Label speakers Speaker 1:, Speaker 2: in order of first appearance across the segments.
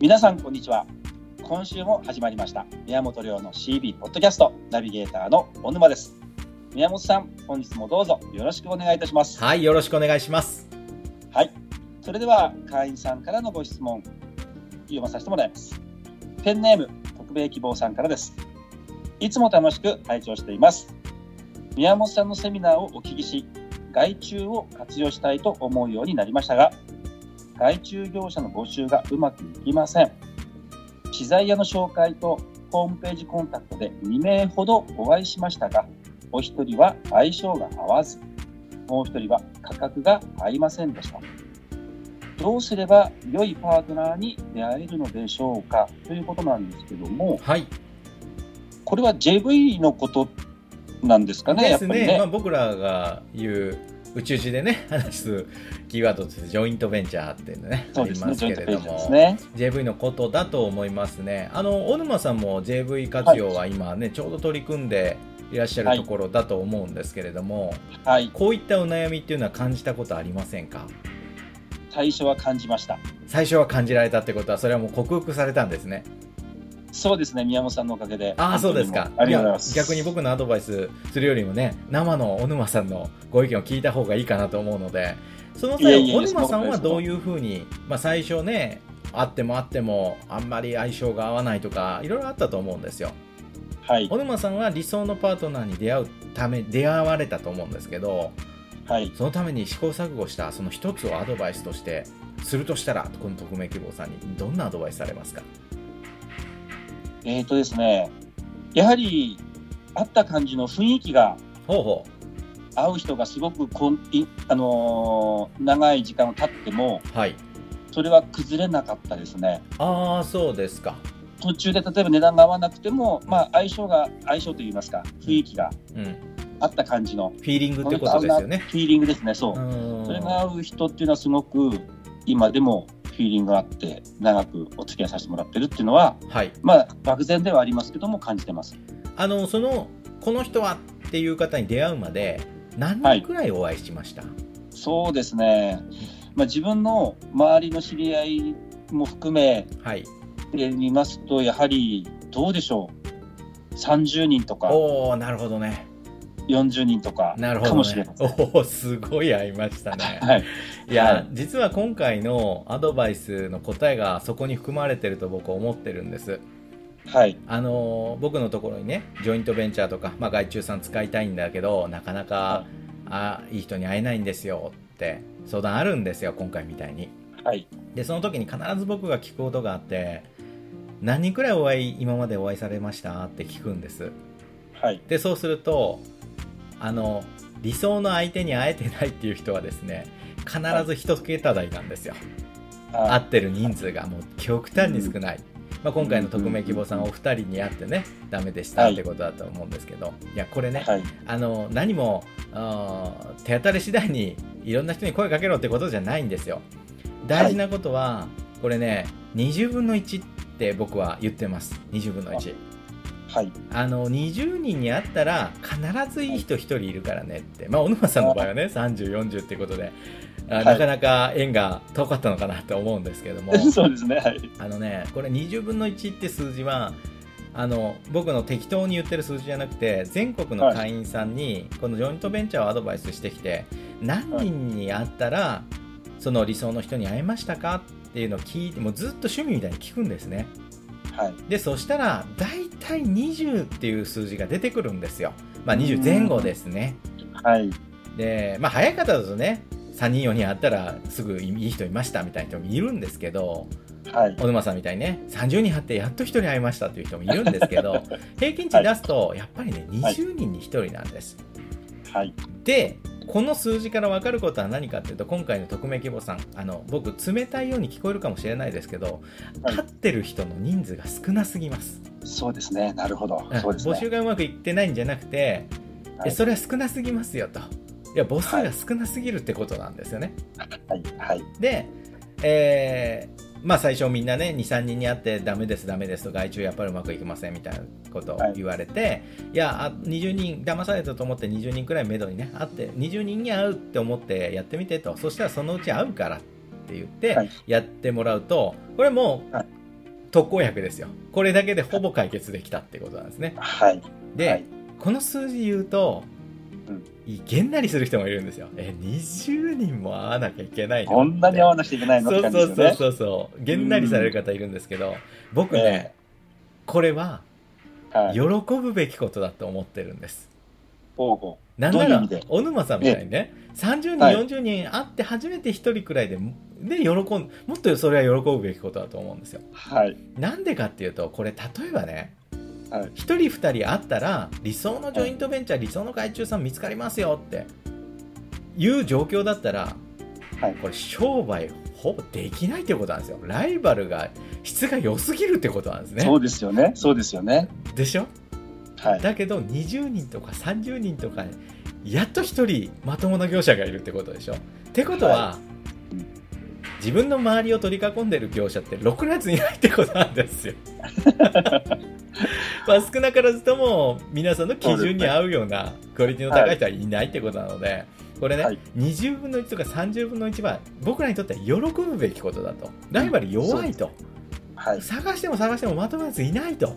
Speaker 1: 皆さんこんにちは今週も始まりました宮本亮の CB ポッドキャストナビゲーターの小沼です宮本さん本日もどうぞよろしくお願いいたします
Speaker 2: はい、よろしくお願いします。
Speaker 1: はいそれでは会員さんからのご質問読まさせてもらいますペンネーム特命希望さんからですいつも楽しく拝聴しています宮本さんのセミナーをお聞きし外注を活用したいと思うようになりましたが外注業者の募集がうまくいきません資材屋の紹介とホームページコンタクトで2名ほどお会いしましたがお一人は相性が合わずもう一人は価格が合いませんでしたどうすれば良いパートナーに出会えるのでしょうかということなんですけども
Speaker 2: はい、
Speaker 1: これは JV のことなんですかねや
Speaker 2: で
Speaker 1: っぱ
Speaker 2: す
Speaker 1: り
Speaker 2: ね、まあ、
Speaker 1: ね。
Speaker 2: 僕らが言う宇宙人でね、 話すキーワードとして、ジョイントベンチャーっていうのね、
Speaker 1: そ
Speaker 2: あ
Speaker 1: うで
Speaker 2: り
Speaker 1: す
Speaker 2: ま
Speaker 1: ね、
Speaker 2: す
Speaker 1: ジョ
Speaker 2: け
Speaker 1: イン
Speaker 2: れ
Speaker 1: トページ
Speaker 2: ど
Speaker 1: です
Speaker 2: も、
Speaker 1: ね。
Speaker 2: JV のことだと思いますね。あの、小沼さんも JV 活用は今ね、ちょうど取り組んでいらっしゃ
Speaker 1: は
Speaker 2: る
Speaker 1: い
Speaker 2: ところだと思うんですけれども、
Speaker 1: はい、
Speaker 2: こういったお悩みっていうのは感じたことありませんか
Speaker 1: 最初は感じました。
Speaker 2: 最初は感じられたってことは、それはもう克服されたんですね。
Speaker 1: そうですね、宮本さんのおかげで。
Speaker 2: ああそうですか
Speaker 1: ありがとうございます。
Speaker 2: や逆に僕のアドバイスするよりもね生の小沼さんのご意見を聞いた方がいいかなと思うのでその
Speaker 1: いや
Speaker 2: 際
Speaker 1: いやい
Speaker 2: 小
Speaker 1: や
Speaker 2: 沼さん
Speaker 1: そん
Speaker 2: は
Speaker 1: な
Speaker 2: ど
Speaker 1: こと
Speaker 2: う
Speaker 1: ない
Speaker 2: いうふうに、まあ、最初ね会っても会ってもあんまり相性が合わないとかいろいろあったと思うんですよ
Speaker 1: はい、
Speaker 2: 小沼さんは理想のパートナーに出会うため出会われたと思うんですけど
Speaker 1: はい、
Speaker 2: そのために試行錯誤したその一つをアドバイスとしてするとしたらこの匿名希望さんにどんなアドバイスされますか
Speaker 1: えっ、とですね、やはり会った感じの雰囲気が
Speaker 2: ほうほ
Speaker 1: 合う人がすごくこんいあのー長い時間を経っても
Speaker 2: うはい
Speaker 1: それは崩れなかったですね。
Speaker 2: ああそうですか
Speaker 1: 途中で例えば値段が合わなくても、まあ相性が相性といいますか雰囲気が
Speaker 2: うん
Speaker 1: あった感じの
Speaker 2: フィーリングってことですよね。
Speaker 1: フィーリングですね。そう。それが
Speaker 2: は、
Speaker 1: 合う人っていうのはすごく今でもフィーリングがあって長くお付き合いさせてもらってるっていうのはいまあ漠然ではありますけども感じてます
Speaker 2: あのそのこの人はっていう方に出会うまで何人くらいお会いしました、
Speaker 1: そうですね、まあ、自分の周りの知り合いも含め
Speaker 2: はい、
Speaker 1: てみますとやはりどうでしょう30人とか
Speaker 2: おおなるほどね
Speaker 1: 40人とか
Speaker 2: なる
Speaker 1: か
Speaker 2: ほ
Speaker 1: もし
Speaker 2: ど
Speaker 1: れ
Speaker 2: ね
Speaker 1: ない、
Speaker 2: おおすごい会いました ね
Speaker 1: はい、
Speaker 2: いや、
Speaker 1: はい
Speaker 2: 実は今回のアドバイスの答えがそこに含まれてると僕は思ってるんです
Speaker 1: はい、
Speaker 2: あの僕のところにねジョイントベンチャーとか、まあ、外注さん使いたいんだけどなかなかあいい人に会えないんですよって相談あるんですよ今回みたいに
Speaker 1: はい、
Speaker 2: でその時に必ず僕が聞くことがあって何人くらいお会い今までお会いされましたって聞くんです
Speaker 1: はい、
Speaker 2: でそうするとあの理想の相手に会えてないっていう人はですね必ず一桁台なんですよ会
Speaker 1: あ
Speaker 2: ってる人数がもう極端に少ない、まあ、今回の匿名希望さんお二人に会ってねダメでしたってことだと思うんですけどいやこれね
Speaker 1: はい、
Speaker 2: あの何もあー手当たり次第にいろんな人に声かけろってことじゃないんですよ大事なことは、これね20分の1って僕は言ってます20分の1
Speaker 1: はい、
Speaker 2: あの20人に会ったら必ずいい人1人いるからねってまあ小沼さんの場合はね3040ってことであ
Speaker 1: はい
Speaker 2: なかなか縁が遠かったのかなと思うんですけども
Speaker 1: そうですね、はい、
Speaker 2: あのねこれ20分の1って数字はあの僕の適当に言ってる数字じゃなくて全国の会員さんにこのジョイントベンチャーをアドバイスしてきて何人に会ったらその理想の人に会えましたかっていうのを聞いてもうずっと趣味みたいに聞くんですね
Speaker 1: はい、
Speaker 2: でそしたら大体20っていう数字が出てくるんですよまあ
Speaker 1: う
Speaker 2: 20
Speaker 1: ん
Speaker 2: 前後ですね
Speaker 1: はい、
Speaker 2: でまあ早い方だとね3人4人会ったらすぐいい人いましたみたいな人もいるんですけど
Speaker 1: はい、
Speaker 2: 小沼さんみたいにね30人張ってやっと1人会いましたっていう人もいるんです けど平均値出すとやっぱりね
Speaker 1: はい
Speaker 2: 20人に1人なんです、
Speaker 1: はい、
Speaker 2: でこの数字から分かることは何かっていうと今回の匿名希望さんあの僕冷たいように聞こえるかもしれないですけど、
Speaker 1: はい
Speaker 2: 会ってる人の人数が少なすぎます
Speaker 1: そうですね、なるほど、そうです
Speaker 2: 募
Speaker 1: ね
Speaker 2: 集、がうまくいってないんじゃなくて、
Speaker 1: はい
Speaker 2: えそれは少なすぎますよといや母数が少なすぎるってことなんですよね、
Speaker 1: はい、はい、
Speaker 2: で、えーまあ、最初みんなね23人に会ってダメですダメですと外注やっぱりうまくいきませんみたいなことを
Speaker 1: はい
Speaker 2: 言われて、い、やあ20人騙されたと思って20人くらいめどにね会って20人に会うって思ってやってみてとそしたらそのうち会うからって言って
Speaker 1: はい
Speaker 2: やってもらうとこれもう
Speaker 1: はい
Speaker 2: 特効薬ですよこれだけでほぼ解決できたってことなんですね
Speaker 1: はい。
Speaker 2: で、
Speaker 1: はい
Speaker 2: この数字言うと
Speaker 1: うん
Speaker 2: げんなりする人もいるんですよえ20人も会わなきゃいけないの
Speaker 1: こんなに合わなくちゃいけないのっ
Speaker 2: そ
Speaker 1: て
Speaker 2: う
Speaker 1: 感じ
Speaker 2: そ
Speaker 1: です
Speaker 2: う
Speaker 1: よ
Speaker 2: そう
Speaker 1: ね。
Speaker 2: そうそうげんなりされる方いるんですけど僕ね、これは
Speaker 1: はい。
Speaker 2: 喜ぶべきことだと思ってるんです
Speaker 1: ほうほ
Speaker 2: なんな
Speaker 1: どういう意
Speaker 2: ら
Speaker 1: 味で
Speaker 2: 小沼さんみたいにね30人
Speaker 1: はい
Speaker 2: 40人会って初めて1人くらいでで喜んもっとそれは喜ぶべきことだと思うんですよ
Speaker 1: う。はい。
Speaker 2: なんでかっていうとこれ例えばね、
Speaker 1: はい
Speaker 2: 1人2人会ったら理想のジョイントベンチャー、理想の外注さん見つかりますよっていう状況だったら、
Speaker 1: はい
Speaker 2: これ商売ほぼできないってことなんですよライバルが質が良すぎるってことなんですね
Speaker 1: そうですよね。そうですよね。
Speaker 2: でしょ
Speaker 1: はい。
Speaker 2: だけど20人とか30人とかやっと1人まともな業者がいるってことでしょってことは、
Speaker 1: いうん
Speaker 2: 自分の周りを取り囲んでる業者ってろくなやついないってことな んですよまあ少なからずとも皆さんの基準に合うようなクオリティの高い人はいないってことなので、これね、
Speaker 1: はい
Speaker 2: 20分の1とか30分の1は僕らにとっては喜ぶべきことだとライバル弱いと、
Speaker 1: はい。
Speaker 2: 探しても探してもまともなやついないと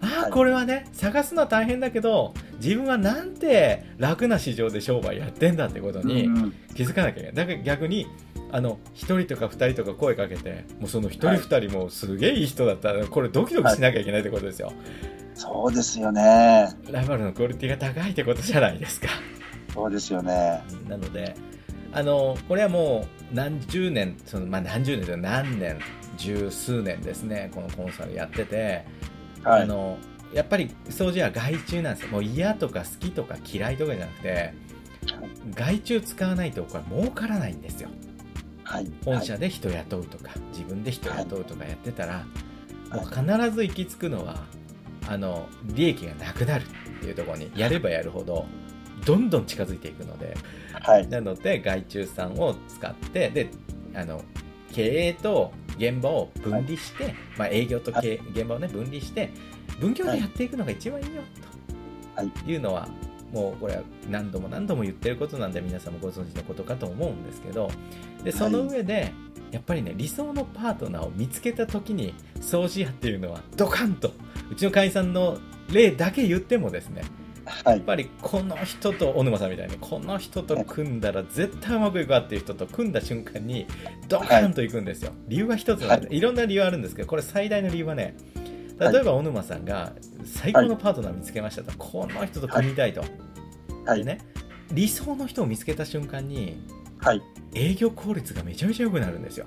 Speaker 2: ああ、
Speaker 1: はい
Speaker 2: これはね探すのは大変だけど自分はなんて楽な市場で商売やってんだってことに
Speaker 1: うん
Speaker 2: 気づかなきゃいけない、だから逆にあの1人とか2人とか声かけてもうその1人
Speaker 1: はい
Speaker 2: 2人もすげえいい人だったらこれドキドキしなきゃいけないってことですよ、
Speaker 1: そうですよね。
Speaker 2: ライバルのクオリティが高いってことじゃないですか
Speaker 1: そうですよね。
Speaker 2: なのであのこれはもう何十年その、まあ、何十年というか何年十数年ですねこのコンサルやってて
Speaker 1: は
Speaker 2: あ
Speaker 1: い。
Speaker 2: のやっぱり掃除は害虫なんですよもう嫌とか好きとか嫌いとかじゃなくて害虫使わないとこれ儲からないんですよ
Speaker 1: はい。
Speaker 2: 本社で人雇うとか、自分で人雇うとかやってたら、
Speaker 1: はい
Speaker 2: もう必ず行き着くのはあの利益がなくなるっていうところにやればやるほどどんどん近づいていくので
Speaker 1: はい。はい。
Speaker 2: なので外注さんを使ってであの経営と現場を分離して、まあ、営業と経営現場を、ね、分離して分業でやっていくのが一番いいよ
Speaker 1: は
Speaker 2: というのは、もうこれは何度も何度も言ってることなんで皆さんもご存知のことかと思うんですけどでその上で、やっぱりね理想のパートナーを見つけた時に掃除屋っていうのはドカンとうちの会員さんの例だけ言ってもですね
Speaker 1: は
Speaker 2: や
Speaker 1: い
Speaker 2: っ。ぱりこの人と小沼さんみたいにこの人と組んだら絶対うまくいくわっていう人と組んだ瞬間にドカンといくんですよ、理由が一つなんで、、
Speaker 1: はい
Speaker 2: ろんな理由あるんですけどこれ最大の理由はね例えば小沼さんが最高のパートナー見つけましたと、この人と組みたいと、
Speaker 1: はい
Speaker 2: でね理想の人を見つけた瞬間に
Speaker 1: はい。
Speaker 2: 営業効率がめちゃめちゃ良くなるんですよ、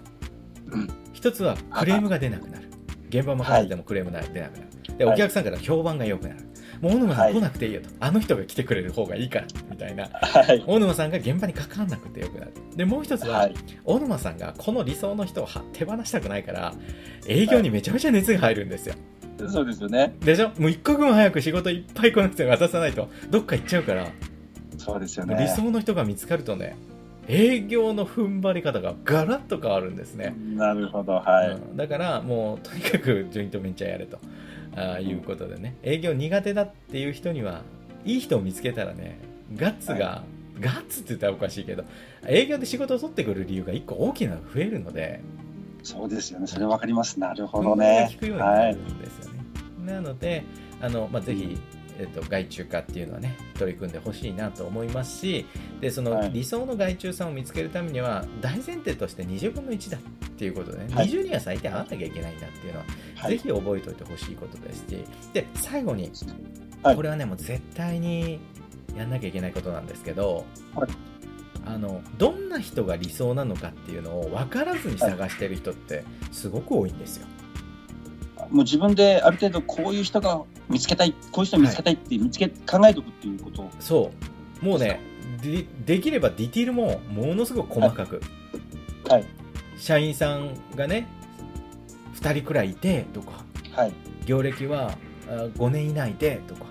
Speaker 1: うん
Speaker 2: 一つはクレームが出なくなる現場任せてもクレームが出なくなるで
Speaker 1: はい
Speaker 2: お客さんから評判が良くなる、もう小沼さ
Speaker 1: は
Speaker 2: ん
Speaker 1: い
Speaker 2: 来なくていいよと、あの人が来てくれる方がいいからみたいな
Speaker 1: はい。
Speaker 2: 小沼さんが現場にかかんなくてよくなるでもう一つは、
Speaker 1: はい。
Speaker 2: 小沼さんがこの理想の人をは手放したくないから営業にめちゃめちゃ熱が入るんですよ
Speaker 1: そうですよね。
Speaker 2: でしょもう一刻も早く仕事いっぱいこの人に渡さないとどっか行っちゃうから
Speaker 1: そうですよ
Speaker 2: もう
Speaker 1: ね。
Speaker 2: 理想の人が見つかるとね営業の踏ん張り方がガラッと変わるんですね、
Speaker 1: なるほど。はい。
Speaker 2: うんだからもうとにかくジョイントベンチャーやれとあーいうことでね営業苦手だっていう人にはいい人を見つけたらねガッツが、ガッツって言ったらおかしいけど営業で仕事を取ってくる理由が一個大きなのが増えるので
Speaker 1: そうですよね。それわかります。なるほど
Speaker 2: 分が
Speaker 1: ね
Speaker 2: 効くよ。うに
Speaker 1: は
Speaker 2: なる
Speaker 1: い。
Speaker 2: んですよね、なのであの、まあ、ぜひ、えっと、外注化っていうのはね取り組んでほしいなと思いますしでそ
Speaker 1: は
Speaker 2: の
Speaker 1: い
Speaker 2: 理想の外注さんを見つけるためには大前提として20分の1だっていうことで、ね
Speaker 1: はい
Speaker 2: 20には最低合わなきゃいけないんだっていうのは、
Speaker 1: は
Speaker 2: ぜ
Speaker 1: い。
Speaker 2: ひ覚えておいてほしいことですしで最後に、
Speaker 1: はい
Speaker 2: これはねもう絶対にやんなきゃいけないことなんですけど、
Speaker 1: はい
Speaker 2: あのどんな人が理想なのかっていうのを分からずに探してる人ってすごく多いんですよ。
Speaker 1: もう自分である程度こういう人が見つけたい、こういう人を見つけたいって見つけ、考えておくっていうことを。
Speaker 2: そうもうねでできればディティールもものすごく細かく、
Speaker 1: はい。
Speaker 2: 社員さんがね2人くらいいてとか
Speaker 1: はい。
Speaker 2: 業歴は5年以内でとか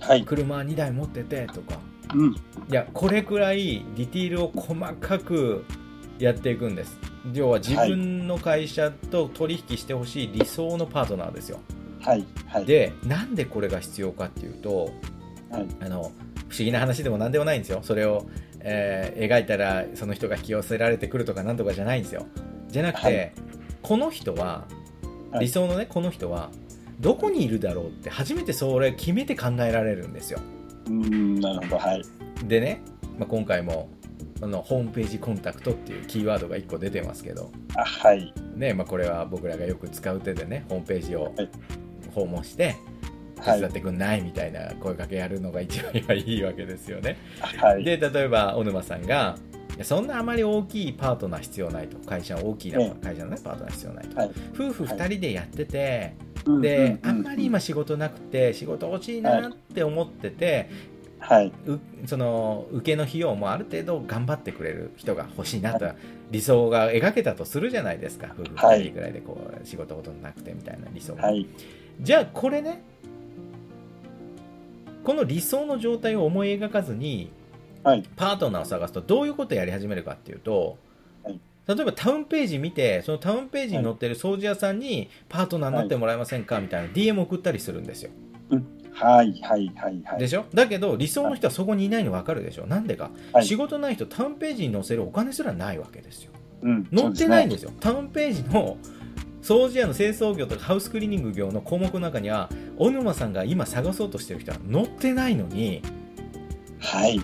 Speaker 1: はい。
Speaker 2: 車2台持っててとか
Speaker 1: うん。
Speaker 2: いやこれくらいディティールを細かくやっていくんです要は自分の会社と取引してほしい理想のパートナーですよ
Speaker 1: はい。はい。
Speaker 2: でなんでこれが必要かっていうと、
Speaker 1: はい
Speaker 2: あの不思議な話でも何でもないんですよそれを、えー描いたらその人が引き寄せられてくるとかなんとかじゃないんですよじゃなくて、
Speaker 1: はい
Speaker 2: この人は
Speaker 1: はい
Speaker 2: 理想のねこの人はどこにいるだろうって初めてそれ決めて考えられるんですよ
Speaker 1: うーん、なるほど、はい。
Speaker 2: でね、まあ、今回もあのホームページコンタクトっていうキーワードが1個出てますけど、
Speaker 1: あ、はい。
Speaker 2: ねまあ、これは僕らがよく使う手でねホームページを
Speaker 1: はい
Speaker 2: 訪問して手
Speaker 1: はい
Speaker 2: 伝っ。てくんないみたいな声かけやるのが一番今いいわけですよね。
Speaker 1: はい。
Speaker 2: で例えば小沼さんがいやそんなあまり大きいパートナー必要ないと会社大きいな
Speaker 1: うん
Speaker 2: 会社の、ね、パートナー必要ないと、
Speaker 1: はい
Speaker 2: 夫婦2人でやってて、
Speaker 1: うん
Speaker 2: で、
Speaker 1: う
Speaker 2: あ
Speaker 1: うん
Speaker 2: まり今仕事なくて仕事欲しいなって思ってて、
Speaker 1: はい。
Speaker 2: うその受けの費用もある程度頑張ってくれる人が欲しいなと、理想が描けたとするじゃないですか夫婦2人ぐらいでこう仕事ほとんどなくてみたいな理想が、
Speaker 1: はい。
Speaker 2: じゃあこれねこの理想の状態を思い描かずに
Speaker 1: はい。
Speaker 2: パートナーを探すとどういうことをやり始めるかっていうと、
Speaker 1: はい
Speaker 2: 例えばタウンページ見てそのタウンページに載ってる掃除屋さんにパートナーになってもらえませんかみたいな DM 送ったりするんですよ、
Speaker 1: はい。はい。はい。は
Speaker 2: で
Speaker 1: い。
Speaker 2: しょだけど理想の人はそこにいないの分かるでしょなんでか、
Speaker 1: はい
Speaker 2: 仕事ない人タウンページに載せるお金すらないわけですよ
Speaker 1: うん
Speaker 2: 載ってないん
Speaker 1: そう
Speaker 2: ですよタウンページの掃除屋の清掃業とかハウスクリーニング業の項目の中には小沼さんが今探そうとしてる人は載ってないのに
Speaker 1: すねはい。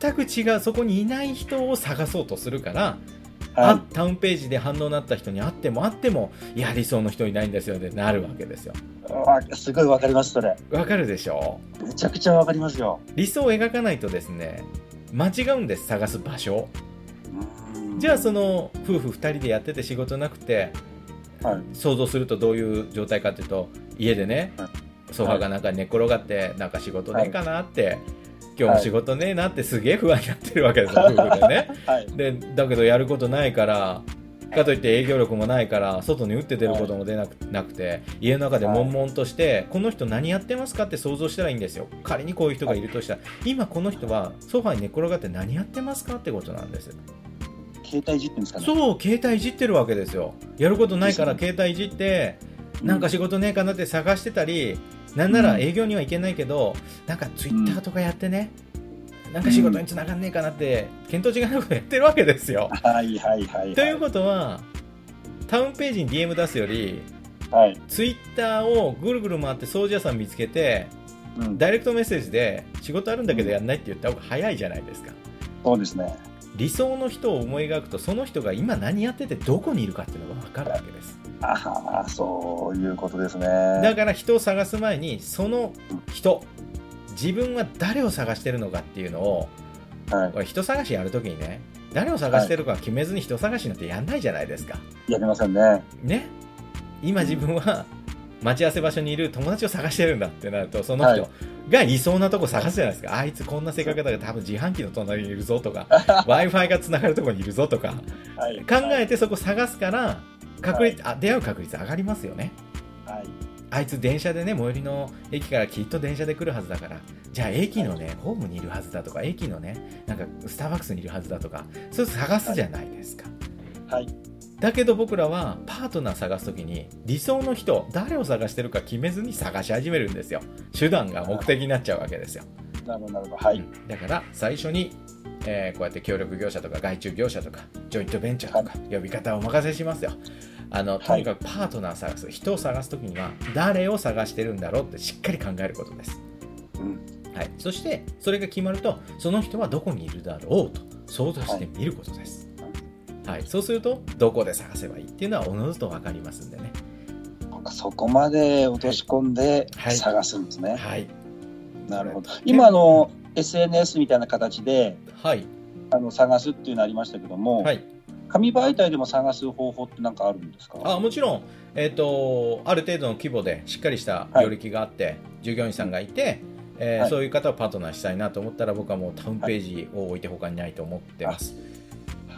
Speaker 2: 全く違うそこにいない人を探そうとするから
Speaker 1: は
Speaker 2: あ
Speaker 1: い。
Speaker 2: タウンページで反応のあった人に会っても会ってもいや理想の人いないんですよねなるわけですよ
Speaker 1: あすごいわかります、それ。
Speaker 2: わかるでしょ
Speaker 1: めちゃくちゃわかりますよ。
Speaker 2: 理想を描かないとですね間違うんです探す場所を
Speaker 1: うん
Speaker 2: じゃあそ、の夫婦2人でやってて仕事なくて
Speaker 1: はい。
Speaker 2: 想像するとどういう状態かというと家でね
Speaker 1: はい
Speaker 2: ソファーがなんか寝転がってなんか仕事ねえかなって今日も仕事ねえなってすげえ不安になってるわけですよ夫婦でね
Speaker 1: はい。
Speaker 2: でだけどやることないからかといって営業力もないから外に打って出ることも出なく,、なくて家の中で悶々として、この人何やってますかって想像したらいいんですよ仮にこういう人がいるとしたら今この人はソファに寝転がって何やってますかってことなんです
Speaker 1: 携帯いじってんですかね。
Speaker 2: そう携帯いじってるわけですよやることないから携帯いじって
Speaker 1: う
Speaker 2: なんか仕事ねえかなって探してたりなんなら営業には行けないけどなんかツイッターとかやってねなんか仕事につながんねえかなって見当違いなことやってるわけですよ
Speaker 1: はい。はい。はい。はい
Speaker 2: ということはタウンページに DM 出すより
Speaker 1: はい。
Speaker 2: ツイッターをぐるぐる回って掃除屋さん見つけて
Speaker 1: うん。
Speaker 2: ダイレクトメッセージで仕事あるんだけどやんないって言った方が早いじゃないですか
Speaker 1: そうですね。
Speaker 2: 理想の人を思い描くとその人が今何やっててどこにいるかっていうのが分かるわけです
Speaker 1: ああ、そういうことですね。
Speaker 2: だから人を探す前にその人自分は誰を探してるのかっていうのを
Speaker 1: は
Speaker 2: これ人探しやるときにね誰を探してるかは決めずに人探しなんてやんないじゃないですか
Speaker 1: い。やりませんね。
Speaker 2: ね今自分は待ち合わせ場所にいる友達を探してるんだってなるとその
Speaker 1: は
Speaker 2: 人がいそうなとこ探すじゃないですか、あいつこんな性格だから多分自販機の隣にいるぞとか w i f i がつながるとこにいるぞとか
Speaker 1: はい。
Speaker 2: 考えてそこ探すから確率、あ出会う確率上がりますよね
Speaker 1: はい。
Speaker 2: あいつ電車でね最寄りの駅からきっと電車で来るはずだからじゃあ駅のねホームにいるはずだとか駅のねなんかスターバックスにいるはずだとかそういうの探すじゃないですか、
Speaker 1: はい。
Speaker 2: だけど僕らはパートナー探す時に理想の人誰を探してるか決めずに探し始めるんですよ手段が目的になっちゃうわけですよ、
Speaker 1: なるほど、なるほど。は
Speaker 2: う
Speaker 1: い。
Speaker 2: んだから最初に、えーこうやって協力業者とか外注業者とかジョイントベンチャーとか呼び方をお任せしますよあの
Speaker 1: い
Speaker 2: とにかくパートナー探す人を探す時には誰を探してるんだろうってしっかり考えることです、
Speaker 1: うん。
Speaker 2: はい、そしてそれが決まるとその人はどこにいるだろうと想像してみることです、はい、そうするとどこで探せばいいっていうのはおのずと分かりますんでね
Speaker 1: そこまで落とし込んで
Speaker 2: はい
Speaker 1: 探すんですね。
Speaker 2: はい
Speaker 1: なるほど。今あの SNS みたいな形で
Speaker 2: はい
Speaker 1: あの探すっていうのありましたけども、
Speaker 2: はい
Speaker 1: 紙媒体でも探す方法って何かあるんですか？
Speaker 2: あもちろん、えーと、ある程度の規模でしっかりした
Speaker 1: はい
Speaker 2: 領域があって、従業員さんがいて、えー
Speaker 1: はい
Speaker 2: そういう方をパートナーしたいなと思ったら僕はもうタウンページを置いて他にないと思ってます、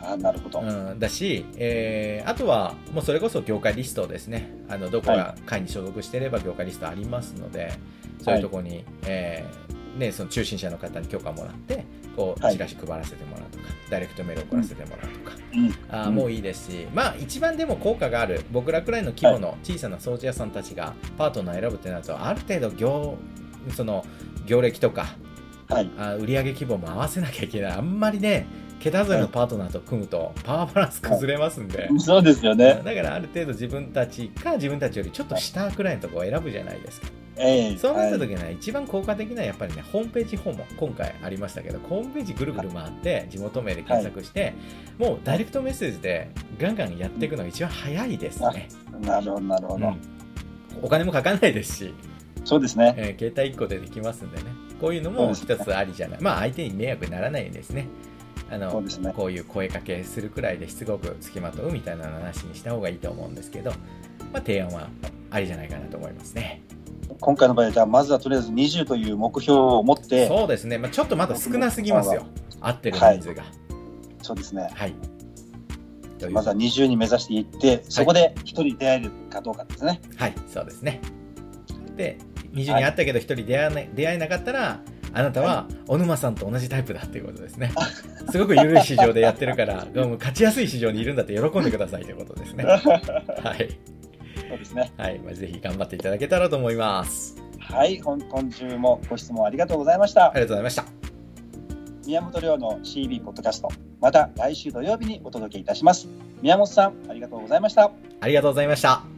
Speaker 1: あなるほど。
Speaker 2: うん、だし、えーあとはもうそれこそ業界リストですねあのどこ
Speaker 1: は
Speaker 2: が会に所属していれば業界リストありますのでそういうところに、えーね、その中心者の方に許可もらってこう
Speaker 1: はい
Speaker 2: チラシ配らせてもらうとか、ダイレクトメール送らせてもらうとか、
Speaker 1: うん
Speaker 2: あー
Speaker 1: うん
Speaker 2: もういいですし、まあ、一番でも効果がある僕らくらいの規模の小さな掃除屋さんたちがパートナー選ぶってなるとある程度業その業歴とか
Speaker 1: はい。
Speaker 2: あー売上規模も合わせなきゃいけないあんまりね桁外れのパートナーと組むとパワーバランス崩れますんで、
Speaker 1: そうですよね。
Speaker 2: だからある程度自分たちか自分たちよりちょっと下くらいのところを選ぶじゃないですか、
Speaker 1: ええ
Speaker 2: そうなった
Speaker 1: はい
Speaker 2: 時には一番効果的なやっぱりねホームページ訪問今回ありましたけどホームページぐるぐる回って地元名で検索して、もうダイレクトメッセージでガンガンやっていくのが一番早いですね、
Speaker 1: なるほど、なるほ
Speaker 2: う
Speaker 1: ど。
Speaker 2: んお金もかかんないですし、
Speaker 1: そうですね。
Speaker 2: えー携帯1個でできますんでねこういうの
Speaker 1: そ
Speaker 2: も
Speaker 1: うです
Speaker 2: 一つありじゃないまあ相手に迷惑にならないようにですねあ
Speaker 1: そう
Speaker 2: の
Speaker 1: ですね。
Speaker 2: こういう声かけするくらいでしつこく付きまとうみたいな話にした方がいいと思うんですけど、まあ、提案はありじゃないかなと思いますね。
Speaker 1: 今回の場合は、まずはとりあえず20という目標を持って、
Speaker 2: そうですね、まあ、ちょっとまだ少なすぎますよ、合ってる人数が。
Speaker 1: そうですね。
Speaker 2: はい、という
Speaker 1: まずは20に目指していって、そこで一人出会えるかどうかですね。
Speaker 2: はい、そうですね。で、20にあったけど、1人出会わない出会えなかったら、あなたは小沼さんと同じタイプだっていうことですね。すごく緩い市場でやってる から、もう勝ちやすい市場にいるんだって喜んでくださいということ ですね。はい、
Speaker 1: そうですね。
Speaker 2: はいまあ、ぜひ頑張っていただけたらと思います。
Speaker 1: はい、ほん今週もご質問ありがとうございました
Speaker 2: あ。りがとうございました。
Speaker 1: 宮本亮の CB ポッドキャスト、また来週土曜日にお届けいたします。宮本さん、ありがとうございました。
Speaker 2: ありがとうございました。